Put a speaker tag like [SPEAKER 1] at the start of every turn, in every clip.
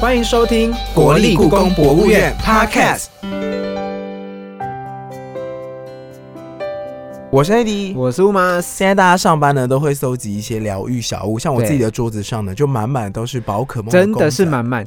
[SPEAKER 1] 欢迎收听
[SPEAKER 2] 国立故宫博物院 Podcast。我是 AD，
[SPEAKER 1] 我是乌马斯。
[SPEAKER 2] 现在大家上班呢都会搜集一些疗愈小物，像我
[SPEAKER 1] 对
[SPEAKER 2] 自己的桌子上呢就满满都是宝可梦，
[SPEAKER 1] 真的是，满 满，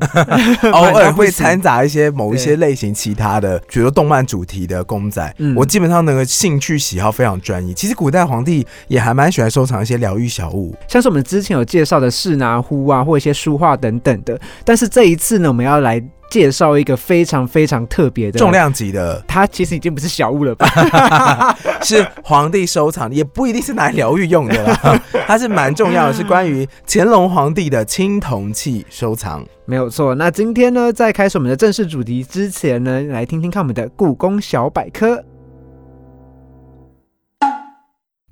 [SPEAKER 2] 偶尔
[SPEAKER 1] 到不
[SPEAKER 2] 会
[SPEAKER 1] 行
[SPEAKER 2] 掺杂一些某一些类型其他的，比如说动漫主题的公仔。
[SPEAKER 1] 嗯
[SPEAKER 2] 我基本上那个兴趣喜好非常专一。其实古代皇帝也还蛮喜欢收藏一些疗愈小物，
[SPEAKER 1] 像是我们之前有介绍的士拿呼啊，或一些书画等等的。但是这一次呢，我们要来介绍一个非常非常特别的
[SPEAKER 2] 重，量级的
[SPEAKER 1] 它其实已经不是小物了 吧？
[SPEAKER 2] 是皇帝收藏，也不一定是拿来疗愈用的 啦，它是蛮重要的，是关于乾隆皇帝的青铜器收藏。
[SPEAKER 1] 没有错。那今天呢，在开始我们的正式主题之前呢，来听听看我们的故宫小百科。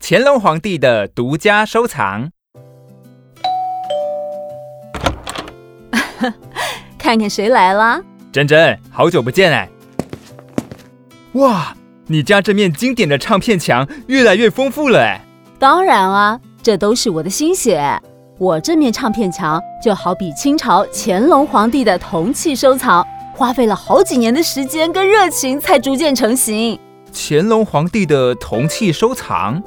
[SPEAKER 3] 乾隆皇帝的独家收藏。
[SPEAKER 4] 看看谁来啦！
[SPEAKER 3] 珍珍，好久不见哎！哇，你家这面经典的唱片墙越来越丰富了哎！
[SPEAKER 4] 当然啊，这都是我的心血。我这面唱片墙就好比清朝乾隆皇帝的铜器收藏，花费了好几年的时间跟热情才逐渐成型。
[SPEAKER 3] 乾隆皇帝的铜器收藏，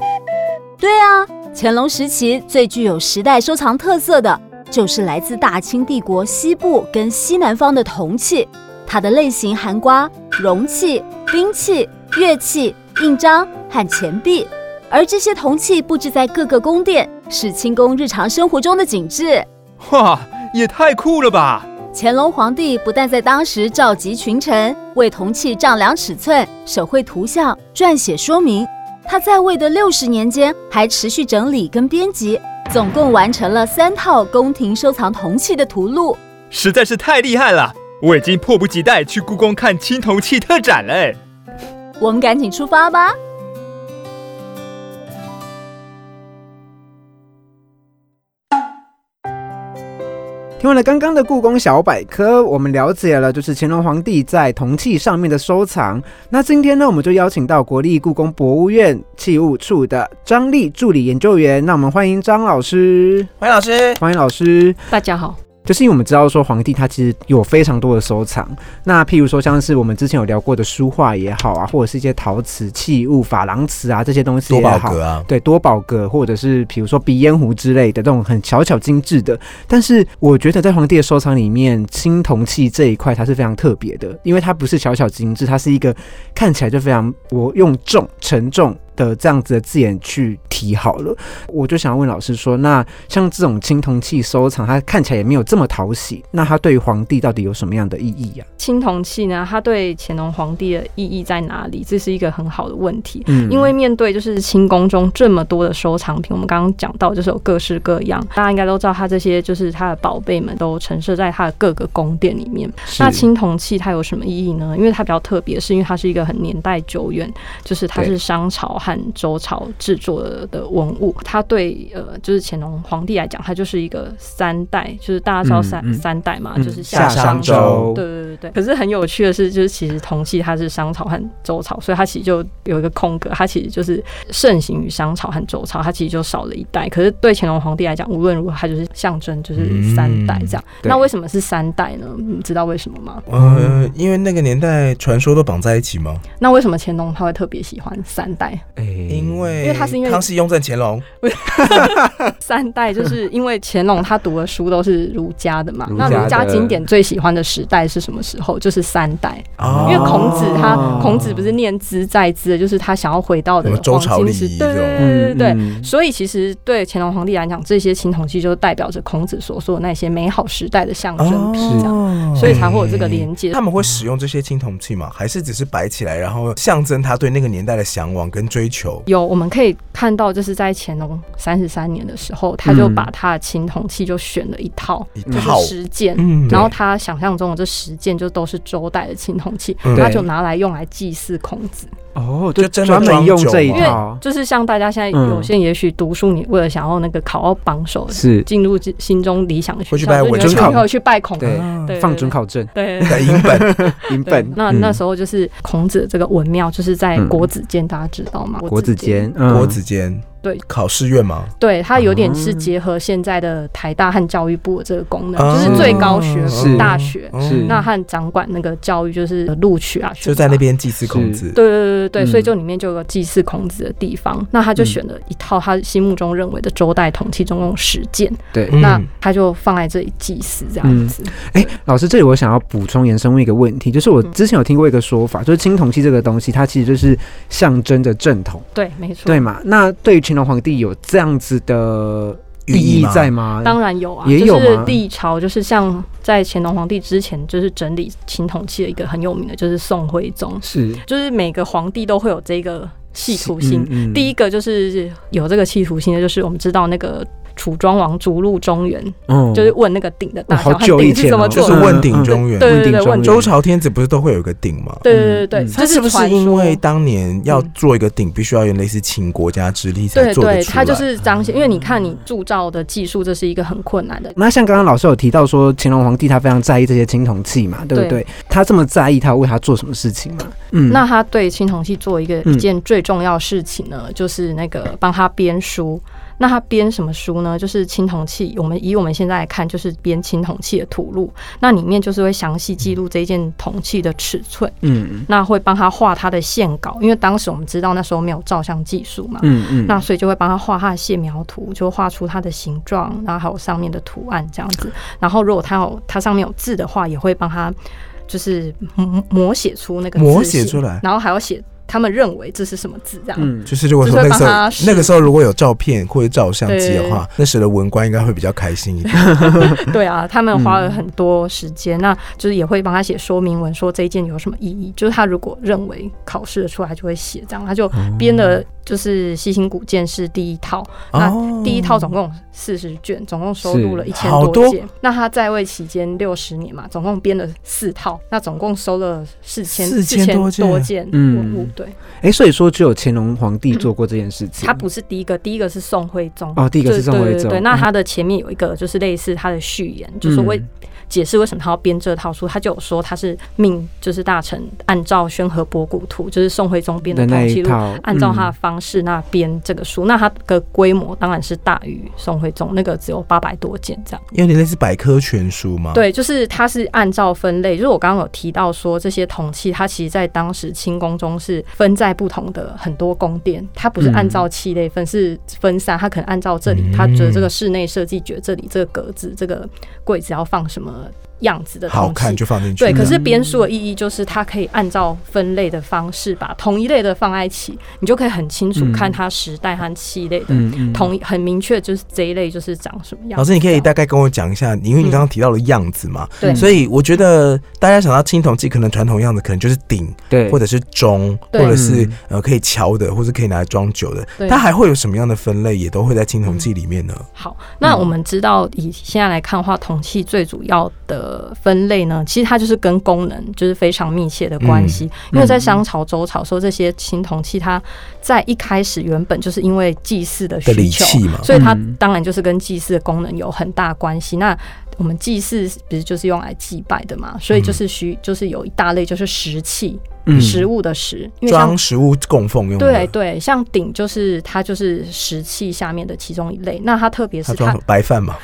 [SPEAKER 4] 对啊，乾隆时期最具有时代收藏特色的，就是来自大清帝国西部跟西南方的铜器，它的类型涵盖容器、兵器、乐器、印章和钱币，而这些铜器布置在各个宫殿，是清宫日常生活中的景致。
[SPEAKER 3] 哇，也太酷了吧！
[SPEAKER 4] 乾隆皇帝不但在当时召集群臣，为铜器丈量尺寸、手绘图像、撰写说明。他在位的六十年间，还持续整理跟编辑，总共完成了三套宫廷收藏铜器的图录。
[SPEAKER 3] 实在是太厉害了，我已经迫不及待去故宫看青铜器特展了哎！
[SPEAKER 4] 我们赶紧出发吧！
[SPEAKER 1] 听完了刚刚的故宫小百科，我们了解了就是乾隆皇帝在铜器上面的收藏。那今天呢，我们就邀请到国立故宫博物院器物处的张丽助理研究员，那我们欢迎张老师，
[SPEAKER 2] 欢迎老师，
[SPEAKER 1] 欢迎老师。
[SPEAKER 5] 大家好，
[SPEAKER 1] 就是因为我们知道说皇帝他其实有非常多的收藏，那譬如说像是我们之前有聊过的书画也好啊，或者是一些陶瓷器物、珐琅瓷啊这些东西
[SPEAKER 2] 多
[SPEAKER 1] 也
[SPEAKER 2] 宝
[SPEAKER 1] 好，
[SPEAKER 2] 阁啊，
[SPEAKER 1] 对多宝阁，或者是比如说鼻烟壶之类的这种很小巧精致的。但是我觉得在皇帝的收藏里面，青铜器这一块它是非常特别的，因为它不是小巧精致，它是一个看起来就非常我用重沉重。的这样子的字眼去提好了，我就想问老师说，那像这种青铜器收藏，它看起来也没有这么讨喜，那它对于皇帝到底有什么样的意义啊呀、
[SPEAKER 5] 青铜器呢，它对乾隆皇帝的意义在哪里？这是一个很好的问题。
[SPEAKER 1] 嗯
[SPEAKER 5] 因为面对就是清宫中这么多的收藏品，我们刚刚讲到就是有各式各样，大家应该都知道，它这些就是它的宝贝们都陈设在它的各个宫殿里面。那青铜器它有什么意义呢？因为它比较特别，是因为它是一个很年代久远，就是它
[SPEAKER 1] 对
[SPEAKER 5] 是商朝和周朝制作的的文物。它对呃，就是乾隆皇帝来讲，它就是一个三代，就是大家知道
[SPEAKER 1] 嗯
[SPEAKER 5] 三、
[SPEAKER 1] 嗯
[SPEAKER 5] 三代嘛，
[SPEAKER 1] 嗯
[SPEAKER 5] 就是
[SPEAKER 2] 夏商周
[SPEAKER 5] 对对对对。可是很有趣的是，就是其实铜器它是商朝和周朝，所以它其实就有一个空格，它其实就是盛行于商朝和周朝，它其实就少了一代。可是对乾隆皇帝来讲，无论如何，它就是象征
[SPEAKER 2] 嗯
[SPEAKER 5] 就是三代这样。
[SPEAKER 1] 对
[SPEAKER 5] 那为什么是三代呢？你知道为什么吗？
[SPEAKER 2] 嗯，因为那个年代传说都绑在一起吗？
[SPEAKER 5] 那为什么乾隆他会特别喜欢三代？
[SPEAKER 2] 因为
[SPEAKER 5] 因为他是因为
[SPEAKER 2] 康熙、雍正、乾隆，
[SPEAKER 5] 三代就是因为乾隆他读的书都是儒家的 嘛，
[SPEAKER 1] 儒家
[SPEAKER 5] 那
[SPEAKER 1] 的
[SPEAKER 5] 儒家经典最喜欢的时代是什么时候？就是三代，
[SPEAKER 2] 哦
[SPEAKER 5] 因为孔子他、
[SPEAKER 1] 哦
[SPEAKER 5] 孔子不是念兹在兹的，就是他想要回到的
[SPEAKER 2] 什么周
[SPEAKER 5] 黄
[SPEAKER 2] 朝
[SPEAKER 5] 金时
[SPEAKER 2] 礼仪
[SPEAKER 5] 代，对
[SPEAKER 2] 这种
[SPEAKER 5] 对对对对。
[SPEAKER 1] 嗯
[SPEAKER 5] 所以其实对乾隆皇帝来讲，这些青铜器就代表着孔子所说的那些美好时代的象征
[SPEAKER 2] 哦
[SPEAKER 5] 品，这样，哦所以才会有这个连接。
[SPEAKER 2] 他们会使用这些青铜器吗？还是只是摆起来，然后象征他对那个年代的向往跟追求？
[SPEAKER 5] 有，我们可以看到，就是在乾隆三十三年的时候，他就
[SPEAKER 1] 嗯
[SPEAKER 5] 把他的青铜器就选了一套，
[SPEAKER 2] 一
[SPEAKER 5] 就
[SPEAKER 2] 套
[SPEAKER 5] 是，十件，
[SPEAKER 2] 嗯
[SPEAKER 5] 然后他想象中的这十件就都是周代的青铜器，
[SPEAKER 2] 嗯
[SPEAKER 5] 他就拿来用来祭祀孔子。
[SPEAKER 1] 哦，
[SPEAKER 2] 就
[SPEAKER 1] 就
[SPEAKER 2] 真的
[SPEAKER 1] 专门用
[SPEAKER 2] 装久
[SPEAKER 1] 这一
[SPEAKER 2] 吗
[SPEAKER 5] 因为
[SPEAKER 1] 套，
[SPEAKER 5] 就是像大家现在有些也许读书，你为了想要那个考到榜首，
[SPEAKER 1] 是
[SPEAKER 5] 进入心中理想的学
[SPEAKER 2] 会去
[SPEAKER 5] 校，
[SPEAKER 2] 拜
[SPEAKER 5] 就
[SPEAKER 2] 文
[SPEAKER 5] 你
[SPEAKER 1] 考
[SPEAKER 5] 会去去拜孔子。
[SPEAKER 1] 对
[SPEAKER 2] 啊
[SPEAKER 5] 对，
[SPEAKER 1] 放准
[SPEAKER 5] 准。
[SPEAKER 1] 考证
[SPEAKER 5] 对。
[SPEAKER 2] 的银本，
[SPEAKER 1] 银
[SPEAKER 5] 对
[SPEAKER 1] 本，，
[SPEAKER 5] 那
[SPEAKER 1] 嗯
[SPEAKER 5] 那时候就是孔子这个文庙，就是在
[SPEAKER 1] 嗯
[SPEAKER 5] 国子监，大家知道吗？
[SPEAKER 1] 国子监，
[SPEAKER 2] 国
[SPEAKER 1] 国
[SPEAKER 2] 子监，
[SPEAKER 5] 对
[SPEAKER 2] 考试院吗？
[SPEAKER 5] 对，它有点是
[SPEAKER 1] 嗯
[SPEAKER 5] 结合现在的台大和教育部的这个功能，
[SPEAKER 2] 哦
[SPEAKER 5] 就是最高学
[SPEAKER 1] 是
[SPEAKER 5] 府大学，
[SPEAKER 2] 哦
[SPEAKER 1] 是
[SPEAKER 5] 那和掌管那个教育就是录取啊，
[SPEAKER 2] 就
[SPEAKER 5] 选
[SPEAKER 2] 在
[SPEAKER 5] 拔
[SPEAKER 2] 那。边祭祀孔子。
[SPEAKER 5] 对对对对对，
[SPEAKER 1] 嗯
[SPEAKER 5] 所以就里面就有个祭祀孔子的地方，那他就选了一套他心目中认为的周代统计，总共十件，
[SPEAKER 1] 对，
[SPEAKER 2] 嗯
[SPEAKER 5] 那他就放在这里祭祀这样子。
[SPEAKER 1] 哎、老师，这里我想要补充延伸问一个问题，就是我
[SPEAKER 5] 嗯
[SPEAKER 1] 之前有听过一个说法，就是青铜器这个东西，它其实就是象征着正统，
[SPEAKER 5] 对，没错，
[SPEAKER 1] 对嘛？那对于乾隆皇帝有这样子的意
[SPEAKER 2] 寓意
[SPEAKER 1] 义
[SPEAKER 2] 吗
[SPEAKER 1] 在吗？
[SPEAKER 5] 当然有啊，
[SPEAKER 1] 也有
[SPEAKER 5] 就是
[SPEAKER 1] 吗
[SPEAKER 5] 历朝，就是像在乾隆皇帝之前，就是整理青铜器的一个很有名的，就是宋徽宗，
[SPEAKER 1] 是
[SPEAKER 5] 就是每个皇帝都会有这个企图心。
[SPEAKER 1] 嗯嗯
[SPEAKER 5] 第一个就是有这个企图心的，就是我们知道那个。楚庄王逐鹿中原，
[SPEAKER 2] 哦
[SPEAKER 1] 嗯
[SPEAKER 5] 就是问那个鼎的大
[SPEAKER 1] 好
[SPEAKER 5] 小
[SPEAKER 1] 久
[SPEAKER 5] 和
[SPEAKER 1] 以
[SPEAKER 5] 鼎
[SPEAKER 1] 前哦
[SPEAKER 5] 是怎么
[SPEAKER 2] 啊就
[SPEAKER 5] 做
[SPEAKER 2] 是
[SPEAKER 5] 的。
[SPEAKER 2] 问鼎中原。
[SPEAKER 5] 对对
[SPEAKER 1] 问
[SPEAKER 5] 对
[SPEAKER 1] 鼎
[SPEAKER 5] 对，问
[SPEAKER 1] 中
[SPEAKER 2] 周朝天子不是都会有一个鼎吗？
[SPEAKER 5] 对对对对，
[SPEAKER 1] 嗯
[SPEAKER 5] 这
[SPEAKER 2] 他是不是
[SPEAKER 5] 传
[SPEAKER 2] 因
[SPEAKER 5] 说嗯
[SPEAKER 2] 为当年要做一个鼎，必须要有类似秦国家之力才
[SPEAKER 5] 对
[SPEAKER 2] 做得
[SPEAKER 5] 对，
[SPEAKER 2] 出来？
[SPEAKER 5] 它就是彰显，因为你看你铸造的技术，这是一个很困难的。
[SPEAKER 1] 那像刚刚老师有提到说，乾隆皇帝他非常在意这些青铜器嘛，对不对？
[SPEAKER 5] 对
[SPEAKER 1] 他这么在意，他为他做什么事情嘛？嗯，
[SPEAKER 5] 那他对青铜器做一个
[SPEAKER 1] 嗯
[SPEAKER 5] 一件最重要的事情呢，就是那个帮他编书。那他编什么书呢？就是青铜器，我们以我们现在来看，就是编青铜器的图录。那里面就是会详细记录这件铜器的尺寸，
[SPEAKER 1] 嗯
[SPEAKER 5] 那会帮他画它的线稿，因为当时我们知道那时候没有照相技术嘛。
[SPEAKER 1] 嗯嗯，
[SPEAKER 5] 那所以就会帮他画他的线描图，就画出它的形状，然后还有上面的图案这样子。然后如果它有它上面有字的话，也会帮他就是模模写出那个字
[SPEAKER 2] 摹写
[SPEAKER 5] 形
[SPEAKER 2] 出来
[SPEAKER 5] 然后还要写他们认为这是什么字这样。
[SPEAKER 1] 嗯
[SPEAKER 2] 就是如果说那个时
[SPEAKER 5] 就是会帮他
[SPEAKER 2] 候
[SPEAKER 5] 试
[SPEAKER 2] 那个时候如果有照片或者照相机的话，那时的文官应该会比较开心一点。
[SPEAKER 5] 对啊，他们花了很多时间，那就是也会帮他写说明文，说这一件有什么意义。就是他如果认为考试的出来，就会写这样。他就编了就是《西行古剑是第一套， 那
[SPEAKER 2] 哦
[SPEAKER 5] 第一套总共四十卷，总共收录了
[SPEAKER 1] 是
[SPEAKER 5] 一千
[SPEAKER 2] 好多
[SPEAKER 5] 件。那他在位期间六十年嘛，总共编了四套，那总共收了四千
[SPEAKER 2] 4000多件
[SPEAKER 5] 多件
[SPEAKER 1] 嗯
[SPEAKER 5] 文物。对，
[SPEAKER 1] 哎、所以说只有乾隆皇帝做过这件事情，
[SPEAKER 5] 嗯他不是第一个，第一个是宋徽宗。
[SPEAKER 1] 哦，第一个是
[SPEAKER 5] 对
[SPEAKER 1] 宋徽
[SPEAKER 5] 对对
[SPEAKER 1] 宗，嗯
[SPEAKER 5] 对，那他的前面有一个就是类似他的序言，就是为解释为什么他要编这套书，他就有说他是命就是大臣按照宣和博古图，就是宋徽宗编的
[SPEAKER 1] 的那
[SPEAKER 5] 统
[SPEAKER 1] 一
[SPEAKER 5] 记录，
[SPEAKER 1] 套，嗯
[SPEAKER 5] 按照他的方式那编这个书，那它的规模当然是大于宋徽宗那个只有八百多件这样。
[SPEAKER 2] 有点类似百科全书嘛。，
[SPEAKER 5] 对，就是它是按照分类，就是我刚刚有提到说这些铜器，它其实在当时清宫中是分在不同的很多宫殿，它不是按照器类分，是分散，它可能按照这里，
[SPEAKER 2] 嗯
[SPEAKER 5] 它觉得这个室内设计，觉得这里这个格子、这个柜子要放什么样子的
[SPEAKER 2] 好
[SPEAKER 5] 铜
[SPEAKER 2] 看
[SPEAKER 5] 器。
[SPEAKER 2] 就放进去。
[SPEAKER 5] 对，可是编书的意义就是它可以按照分类的方式把同一类的放在一起，你就可以很清楚
[SPEAKER 1] 嗯
[SPEAKER 5] 看它时代和器类的
[SPEAKER 1] 嗯嗯
[SPEAKER 5] 同一很明确，就是这一类就是长什么样子。
[SPEAKER 2] 老师，你可
[SPEAKER 5] 这
[SPEAKER 2] 以
[SPEAKER 5] 样嗯
[SPEAKER 2] 大概跟我讲一下，因为你刚刚提到了样子嘛，
[SPEAKER 5] 对
[SPEAKER 2] 所以我觉得大家想到青铜器，可能传统样子可能就是鼎，
[SPEAKER 1] 对
[SPEAKER 2] 或者是钟，或
[SPEAKER 5] 对
[SPEAKER 2] 者是
[SPEAKER 1] 嗯
[SPEAKER 2] 呃可以敲的，或是可以拿来装酒的。
[SPEAKER 5] 对嗯
[SPEAKER 2] 它还会有什么样的分类，也都会在青铜器里面呢？
[SPEAKER 5] 好，
[SPEAKER 2] 嗯
[SPEAKER 5] 那我们知道以现在来看的话，铜器最主要的分类呢，其实它就是跟功能就是非常密切的关系。
[SPEAKER 2] 嗯
[SPEAKER 5] 因为在商朝、周朝说这些青铜器，它在一开始原本就是因为祭祀的
[SPEAKER 2] 的礼
[SPEAKER 5] 需求，
[SPEAKER 2] 器嘛，
[SPEAKER 5] 所以它
[SPEAKER 1] 嗯
[SPEAKER 5] 当然就是跟祭祀的功能有很大关系。那我们祭祀不是就是用来祭拜的嘛，所以
[SPEAKER 2] 嗯
[SPEAKER 5] 就是需就是有一大类就是食器，
[SPEAKER 1] 嗯
[SPEAKER 5] 食物的食，因为像
[SPEAKER 2] 装食物供奉用的。
[SPEAKER 5] 对对，像鼎就是它就是石器下面的其中一类。那它特别
[SPEAKER 2] 它
[SPEAKER 5] 是它
[SPEAKER 2] 装白饭嘛。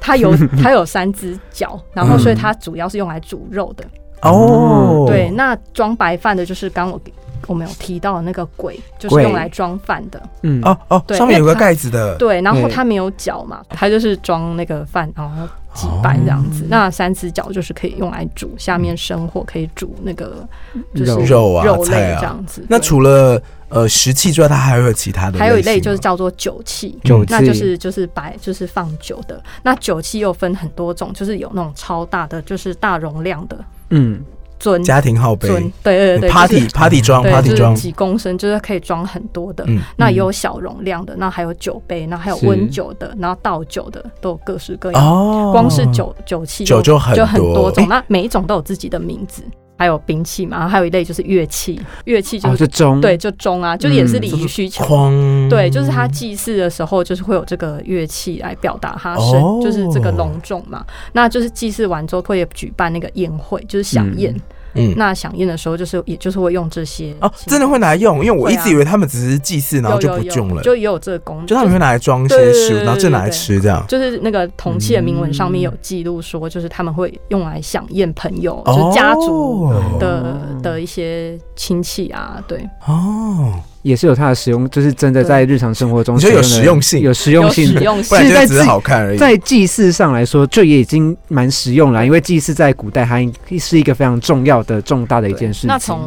[SPEAKER 5] 它有它有三只脚，然后所以
[SPEAKER 1] 嗯
[SPEAKER 5] 它主要是用来煮肉的。
[SPEAKER 2] 哦，
[SPEAKER 5] 嗯对，，那装白饭的就是刚我我们有提到的那个鬼，就是
[SPEAKER 1] 簋
[SPEAKER 5] 用来装饭的。
[SPEAKER 1] 嗯
[SPEAKER 2] 哦哦，
[SPEAKER 5] 对
[SPEAKER 2] 上面有个
[SPEAKER 5] 因为它
[SPEAKER 2] 盖子的。
[SPEAKER 5] 对，然后
[SPEAKER 1] 对
[SPEAKER 5] 它没有脚嘛，它就是装那个饭，然后祭拜这样子。那三只脚就是可以用来煮，下面生火可以煮那个就是
[SPEAKER 1] 肉
[SPEAKER 2] 肉啊
[SPEAKER 5] 肉类
[SPEAKER 2] 菜啊
[SPEAKER 5] 这样子。
[SPEAKER 2] 那
[SPEAKER 5] 对
[SPEAKER 2] 除了呃石器之外，它还会有其他的型吗，
[SPEAKER 5] 还有一类就是叫做酒器，
[SPEAKER 1] 酒
[SPEAKER 5] 嗯那
[SPEAKER 1] 器
[SPEAKER 5] 就是就是白就是放酒的。那酒器又分很多种，就是有那种超大的，就是大容量的
[SPEAKER 1] 嗯
[SPEAKER 5] 尊
[SPEAKER 2] 家庭号杯
[SPEAKER 5] 尊，对对对对
[SPEAKER 2] party
[SPEAKER 5] 就是
[SPEAKER 2] party 装
[SPEAKER 5] 对，
[SPEAKER 2] party
[SPEAKER 5] 就
[SPEAKER 2] 装
[SPEAKER 5] 是，几公升，就是可以装很多的。
[SPEAKER 2] 嗯
[SPEAKER 5] 那也有小容量的，那还有酒杯，那还有
[SPEAKER 1] 是
[SPEAKER 5] 温酒的，然后倒酒的，都有各式各样。
[SPEAKER 2] 哦，
[SPEAKER 5] 光是酒酒器
[SPEAKER 2] 酒就
[SPEAKER 5] 就
[SPEAKER 2] 很
[SPEAKER 5] 就很
[SPEAKER 2] 多
[SPEAKER 5] 多种
[SPEAKER 2] 哎，
[SPEAKER 5] 那每一种都有自己的名字。还有兵器嘛，然后还有一类就是乐器，乐器就
[SPEAKER 1] 哦，
[SPEAKER 5] 是
[SPEAKER 1] 这钟
[SPEAKER 5] 对，就钟啊，就是也是
[SPEAKER 1] 嗯
[SPEAKER 5] 礼
[SPEAKER 2] 就是
[SPEAKER 5] 仪需求。
[SPEAKER 2] 哐，
[SPEAKER 5] 对，就是他祭祀的时候，就是会有这个乐器来表达他神，
[SPEAKER 2] 哦
[SPEAKER 5] 就是这个隆重嘛。那就是祭祀完之后会举办那个宴会，就是小宴。
[SPEAKER 2] 嗯，
[SPEAKER 5] 那响应的时候，就是也就是会用这些
[SPEAKER 2] 哦，真的会拿来用，因为我一
[SPEAKER 5] 会
[SPEAKER 2] 直
[SPEAKER 5] 啊
[SPEAKER 2] 以为他们只是祭祀，然后就不用
[SPEAKER 5] 有
[SPEAKER 2] 了，
[SPEAKER 5] 有有就也有这个功能，
[SPEAKER 2] 就他们会拿来装一些
[SPEAKER 5] 对对对
[SPEAKER 2] 食物，
[SPEAKER 5] 对
[SPEAKER 2] 然后就拿来
[SPEAKER 5] 对对
[SPEAKER 2] 吃这样。
[SPEAKER 5] 就是那个铜器的铭文上面有记录说，就是他们会用来响应朋友，就是家族
[SPEAKER 2] 哦
[SPEAKER 5] 的的一些亲戚啊，对，
[SPEAKER 2] 哦，
[SPEAKER 1] 也是有它的实用，就是真的在日常生活中
[SPEAKER 2] 你说有
[SPEAKER 1] 的
[SPEAKER 2] 实用性
[SPEAKER 1] 有实用
[SPEAKER 5] 有
[SPEAKER 1] 性
[SPEAKER 5] 使
[SPEAKER 1] 的。
[SPEAKER 5] 用
[SPEAKER 2] 不然
[SPEAKER 5] 性
[SPEAKER 1] 其实
[SPEAKER 2] 就
[SPEAKER 1] 在
[SPEAKER 2] 只是
[SPEAKER 1] 自己
[SPEAKER 2] 好看而已。
[SPEAKER 1] 在祭祀上来说，这也已经蛮实用了，因为祭祀在古代它是一个非常重要的、重大的一件事情。
[SPEAKER 5] 那从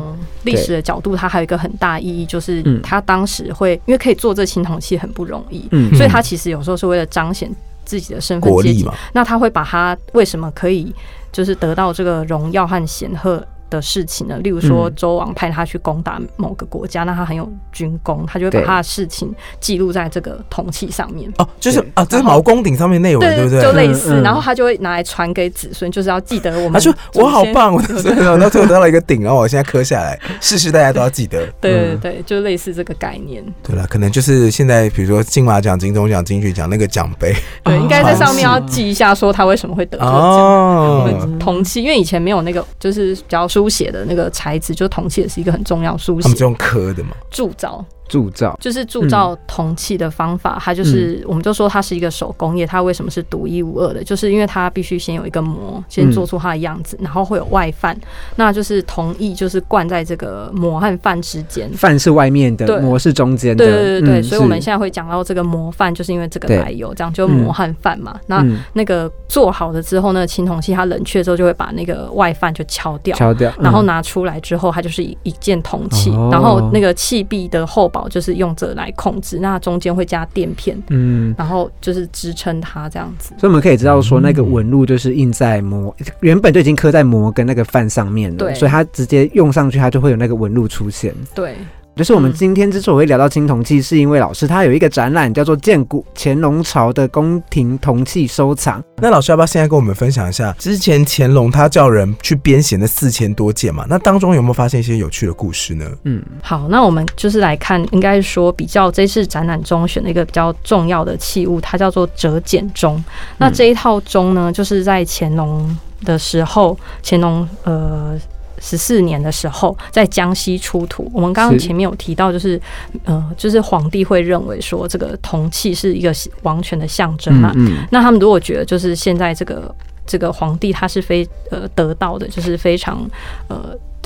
[SPEAKER 5] 历史的角度，它还有一个很大意义，就是
[SPEAKER 1] 嗯
[SPEAKER 5] 它当时会因为可以做这青铜器很不容易，
[SPEAKER 1] 嗯，
[SPEAKER 5] 所以它其实有时候是为了彰显自己的身份
[SPEAKER 2] 国
[SPEAKER 5] 阶
[SPEAKER 2] 力啊
[SPEAKER 5] 级。
[SPEAKER 2] 嘛，
[SPEAKER 5] 那他会把他为什么可以就是得到这个荣耀和显赫的事情呢？例如说
[SPEAKER 1] 嗯
[SPEAKER 5] 周王派他去攻打某个国家，那他很有军功，他就会
[SPEAKER 1] 对
[SPEAKER 5] 把他的事情记录在这个铜器上面。
[SPEAKER 2] 哦，就是
[SPEAKER 1] 对
[SPEAKER 2] 啊，这是毛公鼎上面内容，对不
[SPEAKER 5] 就
[SPEAKER 2] 对？
[SPEAKER 5] 类似，
[SPEAKER 1] 嗯嗯
[SPEAKER 5] 然后他就会拿来传给子孙，就是要记得我们。
[SPEAKER 2] 他说我好棒，我
[SPEAKER 5] 对
[SPEAKER 2] 所以我到最后得到一个鼎，然后我现在刻下来，世世代代都要记得。
[SPEAKER 5] 对对对，
[SPEAKER 2] 嗯
[SPEAKER 5] 就类似这个概念。
[SPEAKER 2] 对了，可能就是现在，比如说金马奖、金钟奖、金曲奖那个奖 杯
[SPEAKER 5] 对，应该在上面要
[SPEAKER 1] 传世
[SPEAKER 5] 记一下，说他为什么会得这个奖。
[SPEAKER 2] 哦，
[SPEAKER 5] 铜器，因为以前没有那个，就是比较书写的那个材质，就铜器也是一个很重要书
[SPEAKER 2] 他们这
[SPEAKER 5] 写
[SPEAKER 2] 种刻的嘛，
[SPEAKER 5] 铸造。
[SPEAKER 1] 铸造，
[SPEAKER 5] 就是铸造铜器的方法，它就是、
[SPEAKER 1] 嗯
[SPEAKER 5] 我们就说它是一个手工业，它为什么是独一无二的？就是因为它必须先有一个模，先做出它的样子，然后会有外范，那就是铜意就是灌在这个模和范之间。
[SPEAKER 1] 饭是外面的，
[SPEAKER 5] 对
[SPEAKER 1] 膜是中间的。
[SPEAKER 5] 对对对对，
[SPEAKER 1] 嗯
[SPEAKER 5] 所以我们
[SPEAKER 1] 是
[SPEAKER 5] 现在会讲到这个模范，就是因为这个
[SPEAKER 1] 对
[SPEAKER 5] 来由，这样就模和范嘛。那
[SPEAKER 1] 嗯
[SPEAKER 5] 那个做好了之后呢，青铜器它冷却之后就会把那个外范就敲掉，
[SPEAKER 1] 敲掉，
[SPEAKER 5] 然后
[SPEAKER 1] 嗯
[SPEAKER 5] 拿出来之后，它就是一一件铜器，
[SPEAKER 1] 哦
[SPEAKER 5] 然后那个器壁的厚薄就是用这来控制，那中间会加垫片，
[SPEAKER 1] 嗯
[SPEAKER 5] 然后就是支撑它这样子。
[SPEAKER 1] 所以我们可以知道说，那个纹路就是印在膜，原本就已经刻在膜跟那个饭上面了，
[SPEAKER 5] 对
[SPEAKER 1] 所以它直接用上去，它就会有那个纹路出现。
[SPEAKER 5] 对，
[SPEAKER 1] 就是我们今天之所以会聊到青铜器，是因为老师他有一个展览叫做《建古乾隆朝的宫廷铜器收藏》。
[SPEAKER 2] 那老师要不要现在跟我们分享一下，之前乾隆他叫人去编写那四千多件嘛？那当中有没有发现一些有趣的故事呢？
[SPEAKER 1] 嗯，
[SPEAKER 5] 好，那我们就是来看，应该说比较这次展览中选的一个比较重要的器物，它叫做折简钟。那这一套钟呢，就是在乾隆的时候，乾隆呃。十四年的时候，在江西出土。我们刚刚
[SPEAKER 1] 是
[SPEAKER 5] 前面有提到，就是，呃，就是皇帝会认为说这个铜器是一个王权的象征嘛。
[SPEAKER 1] 嗯
[SPEAKER 5] 那他们如果觉得就是现在这个这个皇帝他是非呃得到的，就是非常呃。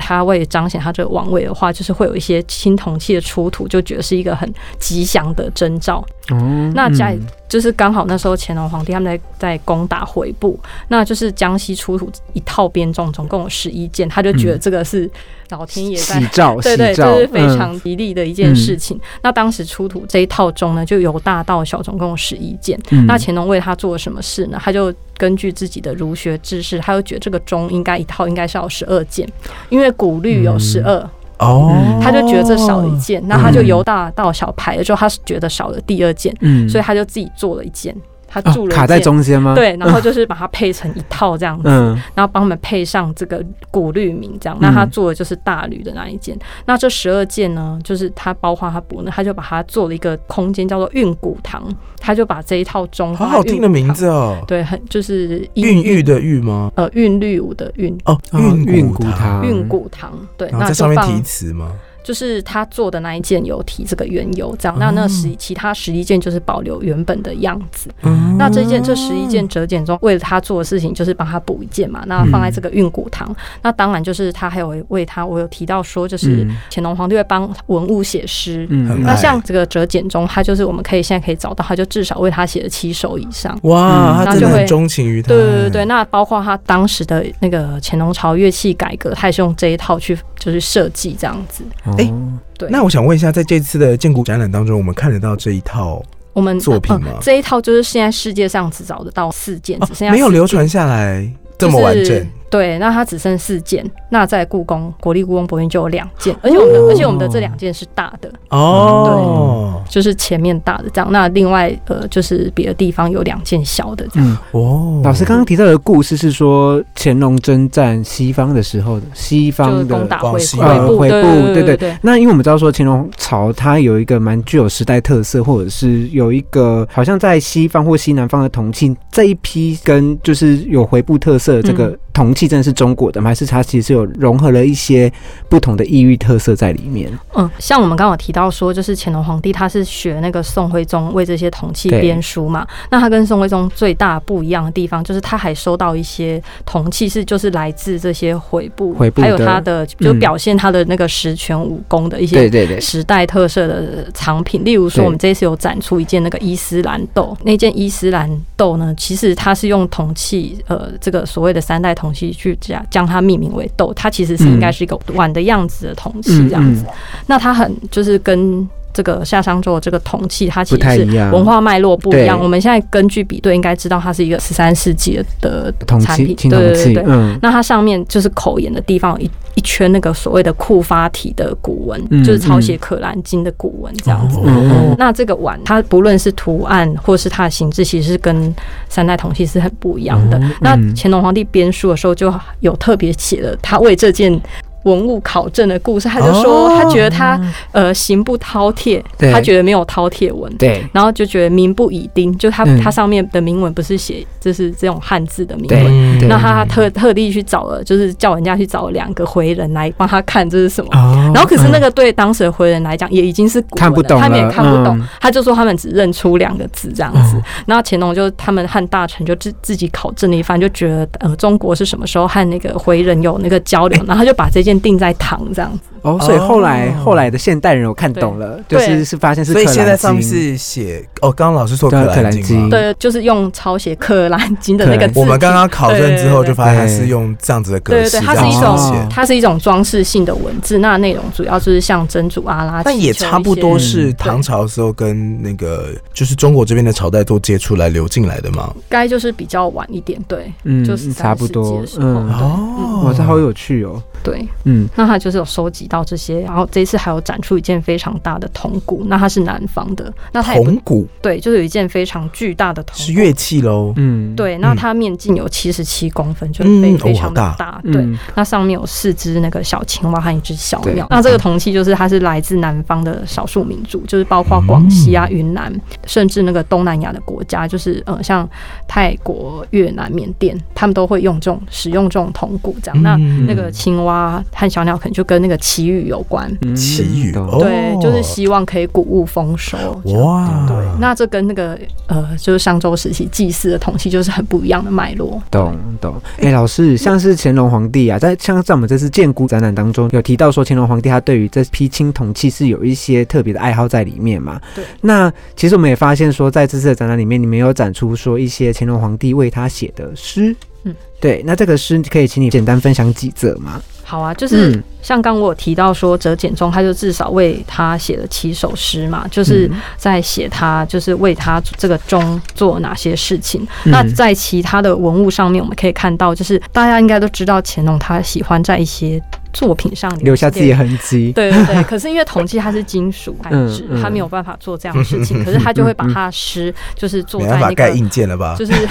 [SPEAKER 5] 他为了彰显他这个王位的话，就是会有一些青铜器的出土，就觉得是一个很吉祥的征兆。
[SPEAKER 1] 哦
[SPEAKER 5] 那在就是刚好那时候乾隆皇帝他们在在攻打回部，那就是江西出土一套编钟，总共有十一件，他就觉得这个是老天爷在
[SPEAKER 1] 喜照，
[SPEAKER 5] 对对，
[SPEAKER 1] 喜照嗯
[SPEAKER 5] 这是非常吉利的一件事情。那当时出土这一套钟呢，就由大到小，总共有十一件。
[SPEAKER 1] 嗯
[SPEAKER 5] 那乾隆为他做了什么事呢？他就根据自己的儒学知识，他就觉得这个钟应该一套应该是要十二件，因为古律有十二、
[SPEAKER 1] 嗯
[SPEAKER 2] 哦，
[SPEAKER 5] 嗯他就觉得这少一件，那
[SPEAKER 1] 哦
[SPEAKER 5] 他就由大到小排了之后，他觉得少了第二件，
[SPEAKER 1] 嗯
[SPEAKER 5] 所以他就自己做了一件，他
[SPEAKER 1] 哦
[SPEAKER 5] 铸了一件、
[SPEAKER 1] 卡在中间吗？，
[SPEAKER 5] 对，然后就是把它配成一套这样子。
[SPEAKER 1] 嗯
[SPEAKER 5] 然后帮我们配上这个古律名这样。
[SPEAKER 1] 嗯
[SPEAKER 5] 那他做的就是大吕的那一件。那这十二件呢，就是他包括他补呢，他就把它做了一个空间叫做韵古堂，他就把这一套钟
[SPEAKER 2] 哦好好听的名，字哦，
[SPEAKER 5] 对，很就是
[SPEAKER 2] 孕育的育吗？
[SPEAKER 5] 呃韵律舞的韵。
[SPEAKER 2] 哦，
[SPEAKER 1] 韵
[SPEAKER 2] 韵
[SPEAKER 1] 嗯骨
[SPEAKER 2] 骨
[SPEAKER 1] 塔
[SPEAKER 2] 塔，
[SPEAKER 5] 韵古堂，对，
[SPEAKER 2] 嗯然后
[SPEAKER 5] 那
[SPEAKER 2] 在上
[SPEAKER 5] 就
[SPEAKER 2] 面提
[SPEAKER 5] 放
[SPEAKER 2] 词吗？
[SPEAKER 5] 就是他做的那一件有提这个缘由，这样。那那十其他十一件就是保留原本的样子。
[SPEAKER 2] 嗯
[SPEAKER 5] 那这件这十一件折减中，为了他做的事情就是帮他补一件嘛，那放在这个运骨
[SPEAKER 2] 嗯
[SPEAKER 5] 堂。那当然就是他还有为他，我有提到说，就是
[SPEAKER 1] 嗯
[SPEAKER 5] 乾隆皇帝会帮文物写诗。
[SPEAKER 1] 嗯
[SPEAKER 2] 很
[SPEAKER 5] 那
[SPEAKER 2] 爱
[SPEAKER 5] 像这个折减中，他就是我们可以现在可以找到，他就至少为他写了七首以上。
[SPEAKER 2] 哇，
[SPEAKER 1] 嗯
[SPEAKER 2] 他真
[SPEAKER 5] 那就
[SPEAKER 2] 的
[SPEAKER 5] 会
[SPEAKER 2] 很钟情于他，
[SPEAKER 5] 对对对对，那包括他当时的那个乾隆朝乐器改革，他也是用这一套去就是设计这样子。
[SPEAKER 2] 哎
[SPEAKER 1] 哦
[SPEAKER 5] 对，
[SPEAKER 2] 那我想问一下，在这次的建古展览当中，我们看得到这一套
[SPEAKER 5] 我们
[SPEAKER 2] 作品
[SPEAKER 5] 呃
[SPEAKER 2] 吗
[SPEAKER 5] 这一套就是现在世界上只找得到四件，只剩下
[SPEAKER 2] 哦没有
[SPEAKER 5] 四
[SPEAKER 2] 流传下来这么完
[SPEAKER 5] 就是
[SPEAKER 2] 整，
[SPEAKER 5] 对，那它只剩四件，那在故宫国立故宫博物院就有两件，而且我们的、而且我们的这两件是大的，
[SPEAKER 2] 哦，
[SPEAKER 5] 就是前面大的这样，那另外呃就是别的地方有两件小的这样。
[SPEAKER 1] 嗯，
[SPEAKER 2] 哦，
[SPEAKER 1] 老师刚刚提到的故事是说乾隆征战西方的时候的西
[SPEAKER 5] 就是
[SPEAKER 1] 方
[SPEAKER 5] 攻
[SPEAKER 1] 的。
[SPEAKER 5] 打
[SPEAKER 2] 广
[SPEAKER 5] 回
[SPEAKER 2] 西啊
[SPEAKER 1] 呃
[SPEAKER 5] 部，
[SPEAKER 1] 回
[SPEAKER 5] 对
[SPEAKER 1] 部对
[SPEAKER 5] 对
[SPEAKER 1] 对
[SPEAKER 5] 对，
[SPEAKER 1] 那因为我们知道说乾隆朝它有一个蛮具有时代特色，或者是有一个好像在西方或西南方的铜器这一批跟就是有回部特色的这个
[SPEAKER 5] 嗯
[SPEAKER 1] 铜器真的是中国的吗？还是它其实有融合了一些不同的异域特色在里面？
[SPEAKER 5] 嗯，像我们刚刚有提到说，就是乾隆皇帝他是学那个宋徽宗为这些铜器
[SPEAKER 1] 对
[SPEAKER 5] 编书嘛。那他跟宋徽宗最大不一样的地方，就是他还收到一些铜器是就是来自这些回部，
[SPEAKER 1] 回部
[SPEAKER 5] 还有
[SPEAKER 1] 的
[SPEAKER 5] 他的就
[SPEAKER 1] 嗯
[SPEAKER 5] 表现他的那个十全武功的一些
[SPEAKER 1] 对对对，
[SPEAKER 5] 时代特色的藏品，例如说
[SPEAKER 1] 对
[SPEAKER 5] 我们这一次有展出一件那个伊斯兰豆，那件伊斯兰豆呢，其实它是用铜器，呃，这个所谓的三代铜器去将将它命名为豆，它其实是
[SPEAKER 1] 嗯
[SPEAKER 5] 应该是一个碗的样子的铜器
[SPEAKER 1] 嗯
[SPEAKER 5] 这样子。那它很就是跟这个夏商周的这个铜器，它其
[SPEAKER 1] 不太
[SPEAKER 5] 实
[SPEAKER 1] 一
[SPEAKER 5] 是
[SPEAKER 1] 样
[SPEAKER 5] 文化脉络不一样。
[SPEAKER 1] 对
[SPEAKER 5] 我们现在根据比对，应该知道它是一个十三世纪的的
[SPEAKER 1] 铜
[SPEAKER 5] 产
[SPEAKER 1] 器、
[SPEAKER 5] 品，
[SPEAKER 1] 青
[SPEAKER 5] 对
[SPEAKER 1] 铜
[SPEAKER 5] 对对
[SPEAKER 1] 器，
[SPEAKER 5] 对。
[SPEAKER 1] 嗯，
[SPEAKER 5] 那它上面就是口沿的地方有一一圈那个所谓的库发体的古文，
[SPEAKER 1] 嗯
[SPEAKER 5] 就是抄写《可兰经》的古文这样子。
[SPEAKER 2] 哦
[SPEAKER 1] 嗯
[SPEAKER 5] 那这个碗，它不论是图案或是它的形制，其实是跟三代铜器是很不一样
[SPEAKER 1] 哦
[SPEAKER 5] 的。
[SPEAKER 1] 嗯
[SPEAKER 5] 那乾隆皇帝编书的时候，就有特别写了他为这件。文物考证的故事，他就说
[SPEAKER 2] 哦
[SPEAKER 5] 他觉得他、呃行不饕餮，
[SPEAKER 1] 对
[SPEAKER 5] 他觉得没有饕餮文，
[SPEAKER 1] 对，
[SPEAKER 5] 然后就觉得民不以丁，就他、
[SPEAKER 1] 嗯
[SPEAKER 5] 他上面的铭文不是写就是这种汉字的铭
[SPEAKER 1] 对
[SPEAKER 5] 文，
[SPEAKER 2] 嗯
[SPEAKER 1] 对
[SPEAKER 5] 那他特特地去找了，就是叫人家去找两个回人来帮他看这是什么。
[SPEAKER 1] 哦
[SPEAKER 5] 然后可是那个对当时的回人来讲，也已经是古文了
[SPEAKER 1] 看不懂
[SPEAKER 5] 他们
[SPEAKER 1] 了
[SPEAKER 5] 也看不懂
[SPEAKER 1] 嗯，
[SPEAKER 5] 他就说他们只认出两个字这样
[SPEAKER 2] 哦
[SPEAKER 5] 子。然后乾隆就他们汉大臣就自自己考证了一番，就觉得呃中国是什么时候和那个回人有那个交流，然后他就把这件定在唐这样子。
[SPEAKER 1] 哦，所以后来
[SPEAKER 2] 哦
[SPEAKER 1] 后来的现代人我看懂了，就
[SPEAKER 5] 对
[SPEAKER 1] 是是发现嗯是
[SPEAKER 2] 所
[SPEAKER 1] 可
[SPEAKER 2] 以
[SPEAKER 1] 兰
[SPEAKER 2] 现在上面
[SPEAKER 1] 经
[SPEAKER 2] 是写哦，刚刚老师说
[SPEAKER 1] 对啊
[SPEAKER 2] 可
[SPEAKER 1] 可
[SPEAKER 2] 兰
[SPEAKER 1] 兰
[SPEAKER 2] 经
[SPEAKER 1] 经
[SPEAKER 2] 吗？
[SPEAKER 5] 对，就是用抄写《可兰经》的那
[SPEAKER 1] 可
[SPEAKER 5] 个
[SPEAKER 1] 兰
[SPEAKER 5] 字体。
[SPEAKER 2] 嗯我们刚刚考证之后
[SPEAKER 5] 对对对
[SPEAKER 2] 就发现它
[SPEAKER 1] 对
[SPEAKER 2] 是用这样子的格
[SPEAKER 5] 对
[SPEAKER 2] 式
[SPEAKER 5] 对
[SPEAKER 2] 这
[SPEAKER 5] 对，
[SPEAKER 2] 样
[SPEAKER 5] 它
[SPEAKER 2] 子
[SPEAKER 5] 是
[SPEAKER 2] 写，
[SPEAKER 5] 一
[SPEAKER 1] 哦
[SPEAKER 5] 种它是一种装饰性的文字，那内容主要就是像真主阿拉，
[SPEAKER 2] 但也
[SPEAKER 5] 祈求
[SPEAKER 2] 差不
[SPEAKER 5] 一些
[SPEAKER 2] 多是
[SPEAKER 1] 嗯
[SPEAKER 2] 唐朝的时候跟那个就是中国这边的朝代做接触来流进来的嘛。
[SPEAKER 5] 该就是比较晚一点，对，
[SPEAKER 1] 嗯
[SPEAKER 5] 就是
[SPEAKER 1] 差不多
[SPEAKER 5] 13世纪的时候
[SPEAKER 1] 嗯
[SPEAKER 2] 哦
[SPEAKER 1] 哇，这好有趣哦，
[SPEAKER 5] 对。
[SPEAKER 1] 嗯，
[SPEAKER 5] 那他就是有收集到这些，然后这一次还有展出一件非常大的铜鼓，那它是南方的，那它也不
[SPEAKER 2] 铜鼓
[SPEAKER 5] 对，就是有一件非常巨大的铜鼓
[SPEAKER 2] 是乐器喽。
[SPEAKER 1] 嗯，
[SPEAKER 5] 对，那它面径有七十七公分，就
[SPEAKER 2] 嗯
[SPEAKER 5] 非
[SPEAKER 2] 哦
[SPEAKER 5] 非常的
[SPEAKER 2] 好
[SPEAKER 5] 大，对。
[SPEAKER 1] 嗯，
[SPEAKER 5] 那上面有四只那个小青蛙和一只小
[SPEAKER 1] 对
[SPEAKER 5] 鸟。那这个铜器就是它是来自南方的少数民族，就是包括广西啊、云南，甚至那个东南亚的国家，就是呃像泰国、越南、缅甸，他们都会用这种使用这种铜鼓这样。那
[SPEAKER 2] 嗯
[SPEAKER 5] 那个青蛙和小鸟可能就跟那个祈雨有关，
[SPEAKER 1] 嗯
[SPEAKER 2] 祈雨
[SPEAKER 1] 懂
[SPEAKER 2] 哦
[SPEAKER 5] 对，就是希望可以谷物丰收。这样
[SPEAKER 2] 哇，
[SPEAKER 5] 对，那这跟那个呃，就是商周时期祭祀的铜器就是很不一样的脉络。
[SPEAKER 1] 懂懂，哎、老师，像是乾隆皇帝啊，在像在我们这次建古展览当中有提到说，乾隆皇帝他对于这批青铜器是有一些特别的爱好在里面嘛？
[SPEAKER 5] 对。
[SPEAKER 1] 那其实我们也发现说，在这次的展览里面，你们有展出说一些乾隆皇帝为他写的诗。
[SPEAKER 5] 嗯，
[SPEAKER 1] 对。那这个诗可以请你简单分享几则吗？
[SPEAKER 5] 好啊，就是
[SPEAKER 1] 嗯
[SPEAKER 5] 像刚我有提到说，折简中他就至少为他写了七首诗嘛，
[SPEAKER 1] 嗯
[SPEAKER 5] 就是在写他就是为他这个钟做哪些事情。
[SPEAKER 1] 嗯
[SPEAKER 5] 那在其他的文物上面，我们可以看到，就是大家应该都知道乾隆他喜欢在一些作品上
[SPEAKER 1] 留下自己的
[SPEAKER 5] 的。
[SPEAKER 1] 痕迹。
[SPEAKER 5] 对对对，可是因为铜器它是金属材
[SPEAKER 1] 嗯
[SPEAKER 5] 质，
[SPEAKER 1] 嗯
[SPEAKER 5] 它没有办法做这样的 事情，可是他就会把他的诗就是做
[SPEAKER 2] 没
[SPEAKER 5] 在
[SPEAKER 2] 办法
[SPEAKER 5] 那
[SPEAKER 2] 盖
[SPEAKER 5] 个。
[SPEAKER 2] 硬件了吧？
[SPEAKER 5] 就是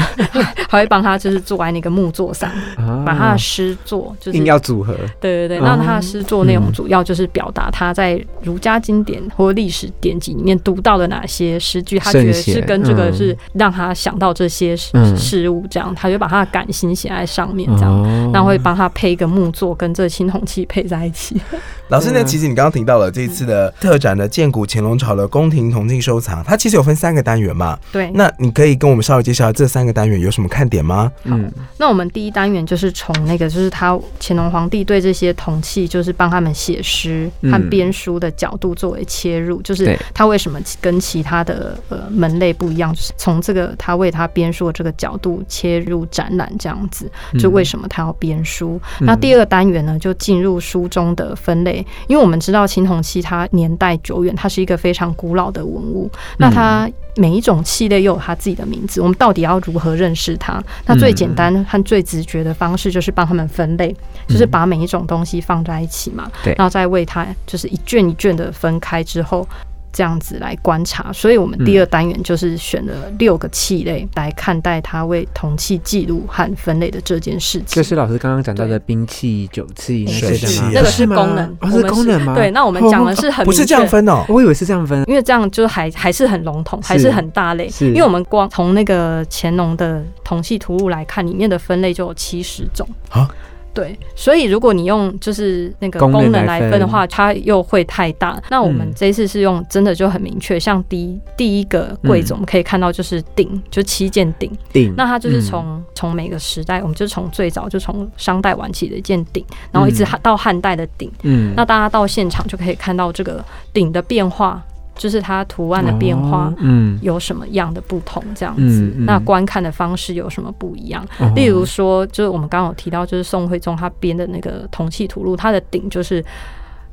[SPEAKER 5] 还会帮他，就是做在那个木座上，
[SPEAKER 1] 啊
[SPEAKER 5] 把他的诗作，就是
[SPEAKER 1] 硬要组合。
[SPEAKER 5] 对对对，
[SPEAKER 1] 哦
[SPEAKER 5] 那他的诗作内容
[SPEAKER 1] 嗯
[SPEAKER 5] 主要就是表达他在儒家经典或历史典籍里面读到的哪些诗句，他觉得
[SPEAKER 1] 圣贤
[SPEAKER 5] 是跟这个
[SPEAKER 1] 嗯
[SPEAKER 5] 是让他想到这些事
[SPEAKER 1] 嗯
[SPEAKER 5] 事物，这样他就把他的感心写在上面，这样。
[SPEAKER 1] 哦
[SPEAKER 5] 那会帮他配一个木座，跟这青铜器配在一起。
[SPEAKER 2] 老师，
[SPEAKER 1] 对
[SPEAKER 2] 那
[SPEAKER 1] 啊
[SPEAKER 2] 其实你刚刚提到了这一次的特展的建古乾隆朝的宫廷铜镜收藏，它其实有分三个单元嘛。
[SPEAKER 5] 对，
[SPEAKER 2] 那你可以跟我们稍微介绍这三个单元有什么看点吗？
[SPEAKER 1] 嗯
[SPEAKER 5] 那我们第一单元就是从那个，就是他乾隆皇帝对这些铜器，就是帮他们写诗
[SPEAKER 1] 嗯
[SPEAKER 5] 和编书的角度作为切入，就是
[SPEAKER 1] 对
[SPEAKER 5] 他为什么跟其他的呃门类不一样，就是从这个他为他编书的这个角度切入展览这样子，就为什么他要编书。
[SPEAKER 1] 嗯
[SPEAKER 5] 那第二个单元呢，就进入书中的分类，因为我们知道青铜器它年代久远，它是一个非常古老的文物，那
[SPEAKER 1] 嗯
[SPEAKER 5] 它每一种器类又有它自己的名字，我们到底要如何认识它？那
[SPEAKER 2] 嗯
[SPEAKER 5] 最简单和最直觉的方式就是帮他们分类，就是
[SPEAKER 2] 嗯
[SPEAKER 5] 把每一种东西放在一起嘛，
[SPEAKER 1] 对
[SPEAKER 5] 然后再为它就是一卷一卷的分开之后。这样子来观察。所以我们
[SPEAKER 2] 嗯
[SPEAKER 5] 第二单元就是选了六个器类来看待它为铜器记录和分类的这件事
[SPEAKER 1] 就
[SPEAKER 5] 情。
[SPEAKER 1] 是老师刚刚讲到的兵器、酒器那些
[SPEAKER 2] 水器
[SPEAKER 1] 的吗？
[SPEAKER 5] 那个是
[SPEAKER 1] 吗
[SPEAKER 5] 功能，
[SPEAKER 1] 哦
[SPEAKER 5] 我
[SPEAKER 1] 是
[SPEAKER 5] 们
[SPEAKER 1] 功能吗？
[SPEAKER 5] 对，那我们讲的是很
[SPEAKER 2] 哦不是这样
[SPEAKER 5] 明确。
[SPEAKER 2] 分哦。
[SPEAKER 1] 我以为是这样分。
[SPEAKER 5] 因为这样就还还是很笼统，还是
[SPEAKER 1] 是
[SPEAKER 5] 很大类。
[SPEAKER 1] 是
[SPEAKER 5] 因为我们光从那个乾隆的铜器图录来看，里面的分类就有七十种
[SPEAKER 2] 啊。
[SPEAKER 5] 对，所以如果你用就是那个
[SPEAKER 1] 功能
[SPEAKER 5] 功能
[SPEAKER 1] 来
[SPEAKER 5] 来
[SPEAKER 1] 分
[SPEAKER 5] 分的话，它又会太大。那我们
[SPEAKER 1] 嗯
[SPEAKER 5] 这一次是用真的就很明确，像第一第一个柜子，
[SPEAKER 1] 嗯
[SPEAKER 5] 我们可以看到就是鼎，就七件鼎。
[SPEAKER 1] 顶，
[SPEAKER 5] 那它就是
[SPEAKER 1] 嗯
[SPEAKER 5] 从从、每个时代，我们就从最早就从商代晚期的一件鼎，然后一直
[SPEAKER 1] 嗯
[SPEAKER 5] 汉到汉代的鼎。
[SPEAKER 1] 嗯
[SPEAKER 5] 那大家到现场就可以看到这个顶的变化，就是它图案的变化
[SPEAKER 1] 哦嗯，
[SPEAKER 5] 有什么样的不同，这样子。
[SPEAKER 1] 嗯嗯
[SPEAKER 5] 那观看的方式有什么不一样？
[SPEAKER 1] 哦
[SPEAKER 5] 例如说，就是我们刚刚有提到，就是宋徽宗他编的那个铜器图录，它的顶就是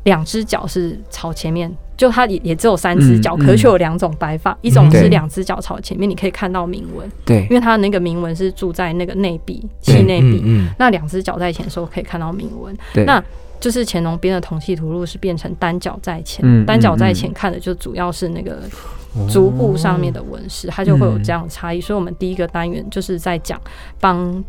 [SPEAKER 5] 两只脚是朝前面。就它也也只有三只脚，
[SPEAKER 1] 嗯嗯
[SPEAKER 5] 可是却有两种摆法，一种是
[SPEAKER 1] 对
[SPEAKER 5] 两只脚朝前面，你可以看到铭文，
[SPEAKER 1] 对
[SPEAKER 5] 因，为它的那个铭文是住在那个内壁、
[SPEAKER 1] 对
[SPEAKER 5] 西内壁，
[SPEAKER 2] 嗯
[SPEAKER 5] 那两只脚在前的时候可以看到铭文。
[SPEAKER 1] 对
[SPEAKER 5] 那就是乾隆编的铜器图录是变成单脚在前，
[SPEAKER 1] 嗯
[SPEAKER 5] 单脚
[SPEAKER 1] 嗯
[SPEAKER 5] 在前看的就主要是那个
[SPEAKER 1] 哦
[SPEAKER 5] 足部上面的纹饰，它就会
[SPEAKER 1] 嗯
[SPEAKER 5] 有这样的差异。所以我们第一个单元就是在讲帮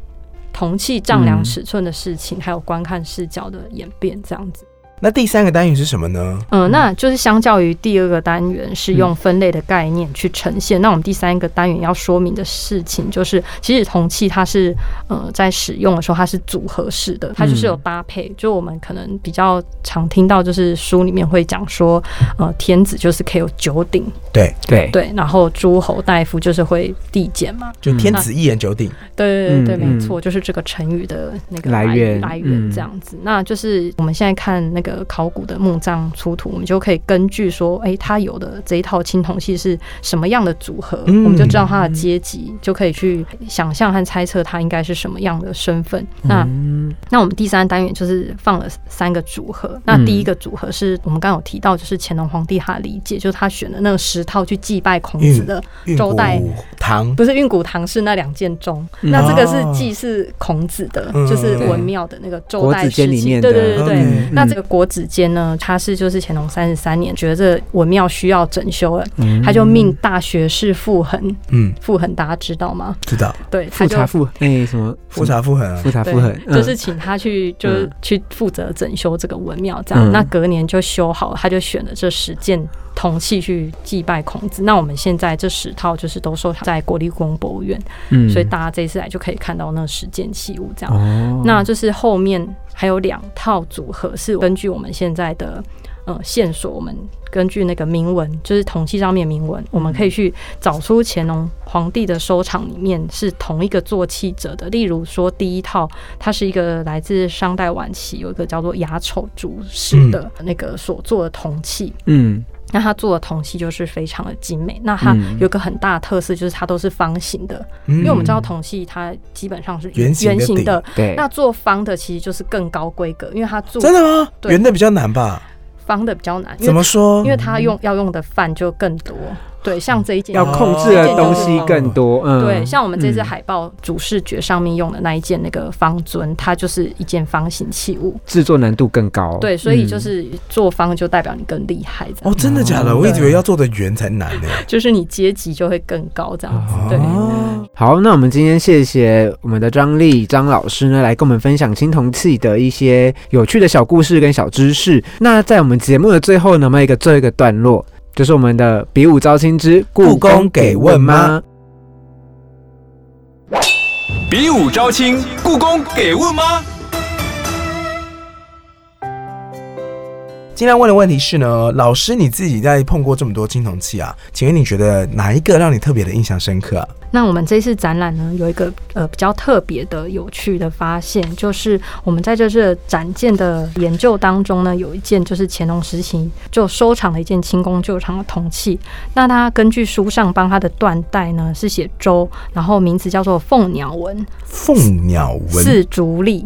[SPEAKER 5] 铜器丈量
[SPEAKER 1] 嗯
[SPEAKER 5] 尺寸的事情，还有观看视角的演变这样子。
[SPEAKER 2] 那第三个单元是什么呢？
[SPEAKER 5] 嗯、那就是相较于第二个单元是用分类的概念去呈现，那我们第三个单元要说明的事情就是，其实铜器它是呃在使用的时候它是组合式的，它就是有搭配。就我们可能比较常听到，就是书里面会讲说，呃，天子就是可以有九鼎，
[SPEAKER 1] 对
[SPEAKER 5] 对，然后诸侯大夫就是会递减嘛，
[SPEAKER 2] 就
[SPEAKER 1] 嗯
[SPEAKER 2] 天子一言九鼎，
[SPEAKER 5] 对对对，
[SPEAKER 1] 嗯
[SPEAKER 5] 对没错，就是这个成语的那个
[SPEAKER 1] 来源嗯
[SPEAKER 5] 来源这样子。那就是我们现在看那个考古的墓葬出土，我们就可以根据说，哎，它有的这一套青铜器是什么样的组合，
[SPEAKER 2] 嗯
[SPEAKER 5] 我们就知道它的阶级，就可以去想象和猜测它应该是什么样的身份。那
[SPEAKER 1] 嗯
[SPEAKER 5] 那我们第三单元就是放了三个组合。那第一个组合是我们刚刚有提到，就是乾隆皇帝他的理解，就是他选的那十套去祭拜孔子
[SPEAKER 1] 嗯
[SPEAKER 5] 的
[SPEAKER 2] 运
[SPEAKER 5] 周代
[SPEAKER 2] 虎堂
[SPEAKER 5] 不是运古堂是那两件钟，
[SPEAKER 1] 嗯
[SPEAKER 5] 那这个是
[SPEAKER 2] 哦
[SPEAKER 5] 祭祀孔子的，
[SPEAKER 2] 嗯
[SPEAKER 5] 就是文庙的那个周
[SPEAKER 1] 国
[SPEAKER 5] 代
[SPEAKER 1] 子
[SPEAKER 5] 时
[SPEAKER 1] 监里
[SPEAKER 5] 期，
[SPEAKER 1] 面
[SPEAKER 5] 对
[SPEAKER 1] 的，
[SPEAKER 5] 对对对。
[SPEAKER 2] 嗯
[SPEAKER 5] 那这个国子监呢，它是就是乾隆三十三年觉得这文庙需要整修了，
[SPEAKER 1] 嗯
[SPEAKER 5] 他就命大学士傅恒，
[SPEAKER 2] 嗯，
[SPEAKER 5] 傅恒大家知道吗？
[SPEAKER 2] 知道
[SPEAKER 5] 对，他
[SPEAKER 1] 复
[SPEAKER 5] 就
[SPEAKER 1] 查复哎什么
[SPEAKER 2] 复查复衡啊
[SPEAKER 1] 复，查
[SPEAKER 5] 对
[SPEAKER 1] 复衡，嗯
[SPEAKER 5] 就是请他去就是
[SPEAKER 1] 嗯
[SPEAKER 5] 去负责整修这个文庙，这样、
[SPEAKER 1] 嗯
[SPEAKER 5] 那隔年就修好了，他就选了这十件铜器去祭拜孔子。那我们现在这十套就是都收藏在国立故宫博物院。
[SPEAKER 1] 嗯
[SPEAKER 5] 所以大家这一次来就可以看到那十件器物这样。
[SPEAKER 1] 哦
[SPEAKER 5] 那就是后面还有两套组合是根据我们现在的呃线索，我们根据那个铭文，就是铜器上面的铭文，
[SPEAKER 1] 嗯
[SPEAKER 5] 我们可以去找出乾隆皇帝的收藏里面是同一个做器者的。例如说第一套，它是一个来自商代晚期有一个叫做牙丑竹石的那个所做的铜器，
[SPEAKER 1] 嗯
[SPEAKER 5] 那它做的铜器就是非常的精美。那它
[SPEAKER 1] 嗯
[SPEAKER 5] 有一个很大的特色就是它都是方形的。
[SPEAKER 2] 因
[SPEAKER 5] 因为我们知道铜器它基本上是
[SPEAKER 2] 圆形的
[SPEAKER 5] 圆形的，
[SPEAKER 1] 对
[SPEAKER 5] 那做方的其实就是更高规格，因为它做
[SPEAKER 2] 真的吗？
[SPEAKER 5] 对
[SPEAKER 2] 圆的比较难吧？
[SPEAKER 5] 方的比较难，因
[SPEAKER 2] 怎
[SPEAKER 5] 为
[SPEAKER 2] 么说
[SPEAKER 5] 因？为它用要用的饭就更多，对，像哦这一件
[SPEAKER 1] 嗯要控制的东西更多，嗯
[SPEAKER 5] 对，像我们这次
[SPEAKER 1] 嗯
[SPEAKER 5] 海报主视觉上面用的那一件那个方尊，它就是一件方形器物，
[SPEAKER 1] 制作难度更高，
[SPEAKER 5] 对，所以
[SPEAKER 1] 嗯
[SPEAKER 5] 就是做方就代表你更厉害，这样
[SPEAKER 2] 哦，真的假的？
[SPEAKER 5] 嗯
[SPEAKER 1] 哦
[SPEAKER 2] 我一直以为要做的圆才难呢。
[SPEAKER 5] 就是你阶级就会更高这样子，
[SPEAKER 1] 啊
[SPEAKER 5] 对。
[SPEAKER 2] 哦，
[SPEAKER 1] 好，那我们今天谢谢我们的张丽张老师呢，来跟我们分享青铜器的一些有趣的小故事跟小知识。那在我们节目的最后呢，我们有一个最后一个段落，就是我们的比武招亲之
[SPEAKER 2] 故宫给问吗？
[SPEAKER 3] 比武招亲，故宫给问吗？
[SPEAKER 2] 今天问的问题是呢，老师你自己在碰过这么多青铜器啊，请问你觉得哪一个让你特别的印象深刻啊？
[SPEAKER 5] 那我们这次展览呢，有一个呃比较特别的、有趣的发现，就是我们在这次的展件的研究当中呢，有一件就是乾隆时期就收藏了一件清宫旧藏的铜器。那它根据书上帮它的缎带呢是写周，然后名字叫做凤鸟纹
[SPEAKER 2] 凤鸟纹，
[SPEAKER 5] 四竹立，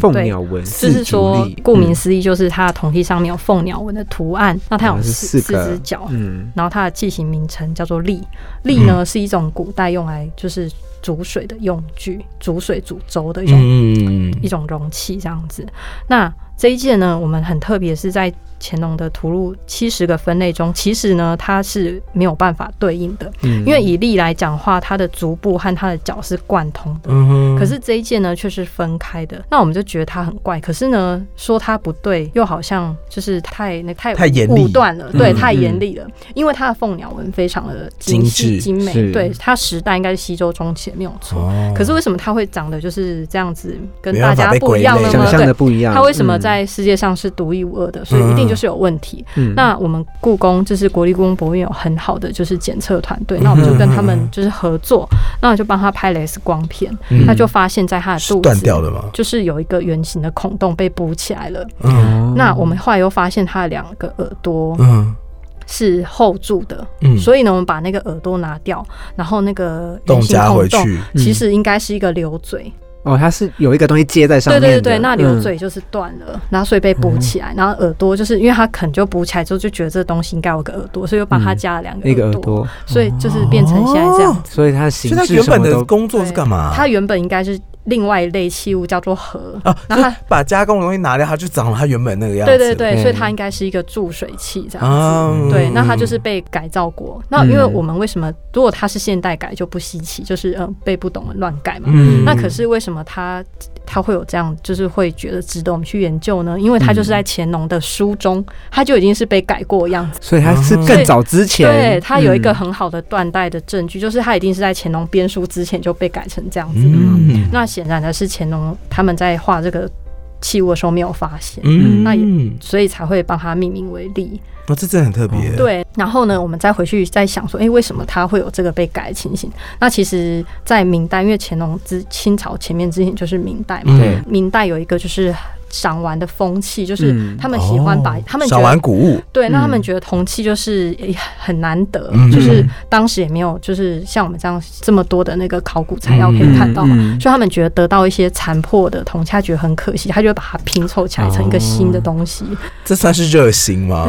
[SPEAKER 1] 凤鸟纹，
[SPEAKER 5] 就
[SPEAKER 1] 四足
[SPEAKER 5] 是说
[SPEAKER 1] 立
[SPEAKER 5] 顾名思义，就是它的铜器上面有凤鸟纹的图案。那它
[SPEAKER 1] 好
[SPEAKER 5] 有
[SPEAKER 1] 啊像是
[SPEAKER 5] 四
[SPEAKER 1] 四个
[SPEAKER 5] 只脚，
[SPEAKER 1] 嗯
[SPEAKER 5] 然后它的器型名称叫做立。立呢是一种古代用来就是煮水的用具，煮水煮粥的一种、
[SPEAKER 2] 嗯，
[SPEAKER 5] 一种容器这样子。那这一届呢，我们很特别，是在乾隆的图录七十个分类中，其实呢它是没有办法对应的，
[SPEAKER 1] 嗯
[SPEAKER 2] 因
[SPEAKER 5] 因为以例来讲话，它的足部和它的脚是贯通的。
[SPEAKER 2] 嗯哼
[SPEAKER 5] 可是这一届呢，却是分开的，那我们就觉得它很怪。可是呢，说它不对，又好像就是太那太
[SPEAKER 2] 太严厉
[SPEAKER 5] 武断了，
[SPEAKER 2] 嗯
[SPEAKER 5] 对，
[SPEAKER 2] 嗯
[SPEAKER 5] 太严厉了。因为它的凤鸟纹非常的精
[SPEAKER 2] 精致
[SPEAKER 5] 细精美
[SPEAKER 1] 是，
[SPEAKER 5] 对，它时代应该是西周中期，没有错。
[SPEAKER 2] 哦
[SPEAKER 5] 可是为什么它会长得就是这样子，跟
[SPEAKER 2] 没办法
[SPEAKER 5] 大家
[SPEAKER 2] 被
[SPEAKER 5] 不一
[SPEAKER 2] 归
[SPEAKER 5] 样
[SPEAKER 2] 类
[SPEAKER 5] 了
[SPEAKER 1] 想
[SPEAKER 5] 呢？
[SPEAKER 1] 象的
[SPEAKER 5] 对，
[SPEAKER 1] 不一样。
[SPEAKER 5] 它为什么在世界上是独一无二的？所以一定就是有问题。
[SPEAKER 1] 嗯？嗯
[SPEAKER 5] 那我们故宫就是国立故宫博物院有很好的就是检测团队，
[SPEAKER 2] 嗯
[SPEAKER 5] 那我们就跟他们就是合作，那我就帮他拍了 X 光片，
[SPEAKER 2] 嗯
[SPEAKER 5] 他就发现在他的
[SPEAKER 2] 是
[SPEAKER 5] 肚
[SPEAKER 2] 断
[SPEAKER 5] 子
[SPEAKER 2] 掉的嘛？
[SPEAKER 5] 就是有一个圆形的孔洞被补起来了。
[SPEAKER 2] 嗯
[SPEAKER 1] 哦
[SPEAKER 5] 那我们后来又发现他的两个耳朵
[SPEAKER 2] 嗯
[SPEAKER 5] 是后住的，
[SPEAKER 2] 嗯，
[SPEAKER 5] 所以呢，我们把那个耳朵拿掉，然后那个
[SPEAKER 2] 洞
[SPEAKER 5] 圆形
[SPEAKER 2] 加回
[SPEAKER 5] 孔洞
[SPEAKER 2] 去，嗯
[SPEAKER 5] 其实应该是一个流嘴，
[SPEAKER 1] 哦，它是有一个东西接在上
[SPEAKER 5] 对
[SPEAKER 1] 面的。
[SPEAKER 5] 对对，那流
[SPEAKER 1] 嗯
[SPEAKER 5] 嘴就是断了，然后所以被补起
[SPEAKER 2] 嗯
[SPEAKER 5] 来，然后耳朵就是因为他可能就补起来之后就觉得这东西应该有个耳朵，所以又帮他加了两
[SPEAKER 2] 嗯
[SPEAKER 5] 个
[SPEAKER 1] 一个耳
[SPEAKER 5] 朵，
[SPEAKER 1] 朵，
[SPEAKER 5] 所以就是变成现在这样。
[SPEAKER 2] 哦
[SPEAKER 1] 所以它的形
[SPEAKER 2] 所以他
[SPEAKER 1] 制
[SPEAKER 2] 原
[SPEAKER 1] 什
[SPEAKER 2] 本
[SPEAKER 1] 么
[SPEAKER 2] 的
[SPEAKER 1] 都
[SPEAKER 2] 工作是干嘛？
[SPEAKER 5] 它原本应该是另外一类器物，叫做核。
[SPEAKER 2] 啊，
[SPEAKER 5] 那
[SPEAKER 2] 就是
[SPEAKER 5] 他
[SPEAKER 2] 把加工的东西拿掉，它就长了它原本那个样子。
[SPEAKER 5] 对对
[SPEAKER 1] 嗯
[SPEAKER 5] 对，所以它应该是一个注水器这样子。
[SPEAKER 2] 啊，
[SPEAKER 5] 对，
[SPEAKER 2] 嗯
[SPEAKER 5] 那它就是被改造过。那因为我们为什么，如果它是现代改就不稀奇，就是嗯被不懂的乱改嘛。
[SPEAKER 2] 嗯
[SPEAKER 5] 那可是为什么它它会有这样，就是会觉得值得我们去研究呢？因为它就是在乾隆的书中，它就已经是被改过的样子。
[SPEAKER 1] 所以它是
[SPEAKER 2] 所
[SPEAKER 1] 更
[SPEAKER 5] 哦以
[SPEAKER 1] 早之前，
[SPEAKER 5] 对，它有一个
[SPEAKER 1] 嗯
[SPEAKER 5] 很好的断代的证据，就是它一定是在乾隆编书之前就被改成这样子。
[SPEAKER 2] 嗯
[SPEAKER 5] 那显然的是乾隆他们在画这个器物的时候没有发现，
[SPEAKER 2] 嗯，
[SPEAKER 5] 那也
[SPEAKER 2] 嗯
[SPEAKER 5] 所以才会帮它命名为例。
[SPEAKER 2] 哦，这真的很特别。，
[SPEAKER 5] 对，然后呢，我们再回去再想说，诶，为什么它会有这个被改的情形？那其实，在明代，因为乾隆之清朝前面之前就是明代嘛，
[SPEAKER 1] 对
[SPEAKER 5] 明代有一个就是赏玩的风气，就是
[SPEAKER 1] 嗯
[SPEAKER 5] 他们喜欢把、他们
[SPEAKER 2] 哦
[SPEAKER 5] 觉
[SPEAKER 2] 赏
[SPEAKER 5] 得
[SPEAKER 2] 玩古物，
[SPEAKER 5] 对，那他
[SPEAKER 1] 嗯
[SPEAKER 5] 们觉得铜器就是诶很难得，
[SPEAKER 2] 嗯
[SPEAKER 5] 就是当时也没有就是像我们这样这么多的那个考古材料可以看到嘛，
[SPEAKER 1] 嗯嗯
[SPEAKER 5] 所以他们觉得得到一些残破的铜器，他觉得很可惜，他就会把它拼凑起来成一个新的东西，
[SPEAKER 2] 这算是热心吗？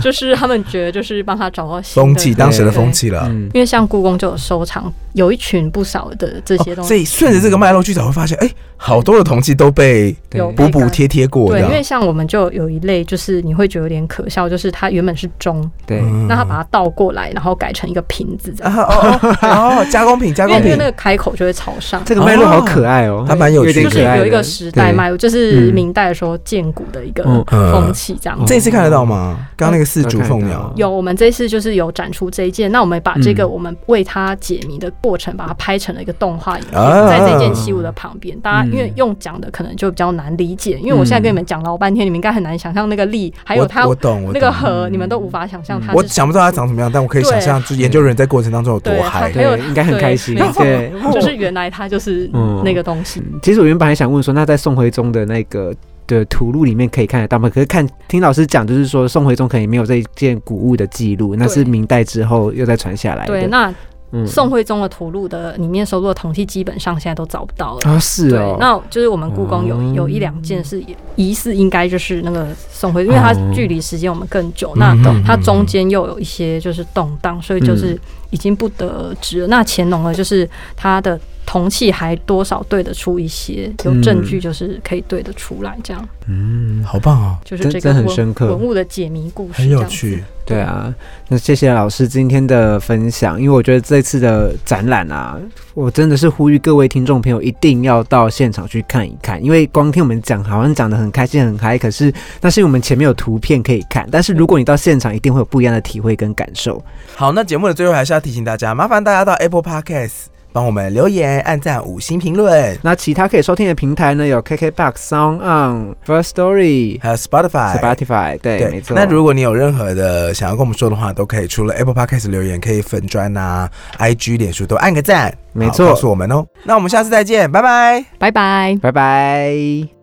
[SPEAKER 5] 就是他们觉得就是帮他找到新的
[SPEAKER 2] 风气，当时的风。
[SPEAKER 5] 对
[SPEAKER 2] 气了。
[SPEAKER 1] 嗯，
[SPEAKER 5] 因为像故宫就有收藏，有一群不少的这些
[SPEAKER 2] 哦
[SPEAKER 5] 东
[SPEAKER 2] 所
[SPEAKER 5] 西，
[SPEAKER 2] 以顺着这个脉络去找，会发现，哎，好多的铜器都被
[SPEAKER 5] 有
[SPEAKER 2] 补
[SPEAKER 5] 被
[SPEAKER 2] 补
[SPEAKER 5] 改
[SPEAKER 2] 贴贴过
[SPEAKER 5] 对，
[SPEAKER 2] 的。
[SPEAKER 5] 因为像我们就有一类，就是你会觉得有点可笑，就是它原本是钟，
[SPEAKER 1] 对，
[SPEAKER 2] 嗯
[SPEAKER 5] 那它把它倒过来，然后改成一个瓶子这样，
[SPEAKER 2] 啊哦哦哦，加工品加
[SPEAKER 5] 因为
[SPEAKER 2] 工
[SPEAKER 5] 因为
[SPEAKER 2] 品
[SPEAKER 5] 那，个开口就会朝上。
[SPEAKER 1] 这个脉络好可爱哦，
[SPEAKER 2] 还蛮有趣的
[SPEAKER 1] 点
[SPEAKER 5] 就是
[SPEAKER 1] 可爱的
[SPEAKER 5] 有一个时代
[SPEAKER 1] 对
[SPEAKER 5] 脉络，就是明代的时候建股的一个
[SPEAKER 1] 嗯
[SPEAKER 5] 风气这样子。
[SPEAKER 2] 这一次看得到吗？刚刚那个四足凤鸟
[SPEAKER 1] 嗯
[SPEAKER 5] 有，我们这次就是有展出这一件，那我们把这个
[SPEAKER 1] 嗯
[SPEAKER 5] 我们为它解谜的过程，把它拍成了一个动画影片，
[SPEAKER 2] 啊
[SPEAKER 5] 在这件器物的旁边。大家因为
[SPEAKER 1] 嗯
[SPEAKER 5] 用讲的可能就比较难理解，因为我现在跟你们讲老半天，你们应该很难想象那个力，还有
[SPEAKER 2] 嗯我
[SPEAKER 5] 它
[SPEAKER 2] 我懂，我
[SPEAKER 5] 那个
[SPEAKER 2] 懂嗯
[SPEAKER 5] 核，你们都无法想象它。
[SPEAKER 2] 我想不到它长什么样，但我可以想象，就是研究人在过程当中有多
[SPEAKER 5] 对它
[SPEAKER 2] 嗨。
[SPEAKER 5] 还有
[SPEAKER 1] 对应该很
[SPEAKER 5] 对
[SPEAKER 1] 开心
[SPEAKER 5] 没错
[SPEAKER 1] 对
[SPEAKER 5] 就是原来它就是
[SPEAKER 1] 嗯
[SPEAKER 5] 那个东西。
[SPEAKER 1] 其实我原本还想问说，那在宋徽宗的那个的图录里面可以看得到吗？可是看听老师讲，就是说宋徽宗可能没有这一件古物的记录，那是明代之后又再传下来的。
[SPEAKER 5] 对，那
[SPEAKER 1] 嗯
[SPEAKER 5] 宋徽宗的图录的里面收录的铜器，基本上现在都找不到了。
[SPEAKER 1] 啊是
[SPEAKER 5] 对
[SPEAKER 1] 哦，，
[SPEAKER 5] 那就是我们故宫有、
[SPEAKER 1] 嗯
[SPEAKER 5] 有一两件是疑似应该就是那个宋徽，因为它
[SPEAKER 1] 哦
[SPEAKER 5] 距离时间我们更久，那
[SPEAKER 1] 嗯
[SPEAKER 2] 懂
[SPEAKER 5] 它中间又有一些就是动荡，所以就是已经不得而知了。那乾隆呢，就是他的铜器还多少对得出一些，有证据就是可以对得出来，这样
[SPEAKER 1] 嗯，
[SPEAKER 2] 好棒哦，
[SPEAKER 5] 就是
[SPEAKER 1] 真
[SPEAKER 5] 这个
[SPEAKER 1] 真很
[SPEAKER 5] 文
[SPEAKER 1] 深刻
[SPEAKER 5] 文物的解谜故事，
[SPEAKER 2] 很有。趣。
[SPEAKER 1] 对啊，那谢谢老师今天的分享，因为我觉得这次的展览啊，我真的是呼吁各位听众朋友一定要到现场去看一看，因为光听我们讲好像讲的很开心很嗨，可是那是因为我们前面有图片可以看，但是如果你到现场，一定会有不一样的体会跟感受。
[SPEAKER 2] 好，那节目的最后还是要提醒大家，麻烦大家到 Apple Podcast 帮我们留言、按赞、五星评论，
[SPEAKER 1] 那其他可以收听的平台呢，有 KKBox、Sound On、First Story、
[SPEAKER 2] 还有 Spotify。
[SPEAKER 1] Spotify，对，没
[SPEAKER 2] 对，
[SPEAKER 1] 错。
[SPEAKER 2] 那如果你有任何的想要跟我们说的话，都可以除了 Apple Podcast 留言，可以粉砖啊、IG、脸书都按个赞，
[SPEAKER 1] 没
[SPEAKER 2] 好
[SPEAKER 1] 错
[SPEAKER 2] 告诉我们哦。那我们下次再见，拜拜。
[SPEAKER 5] 拜拜。
[SPEAKER 1] 拜拜。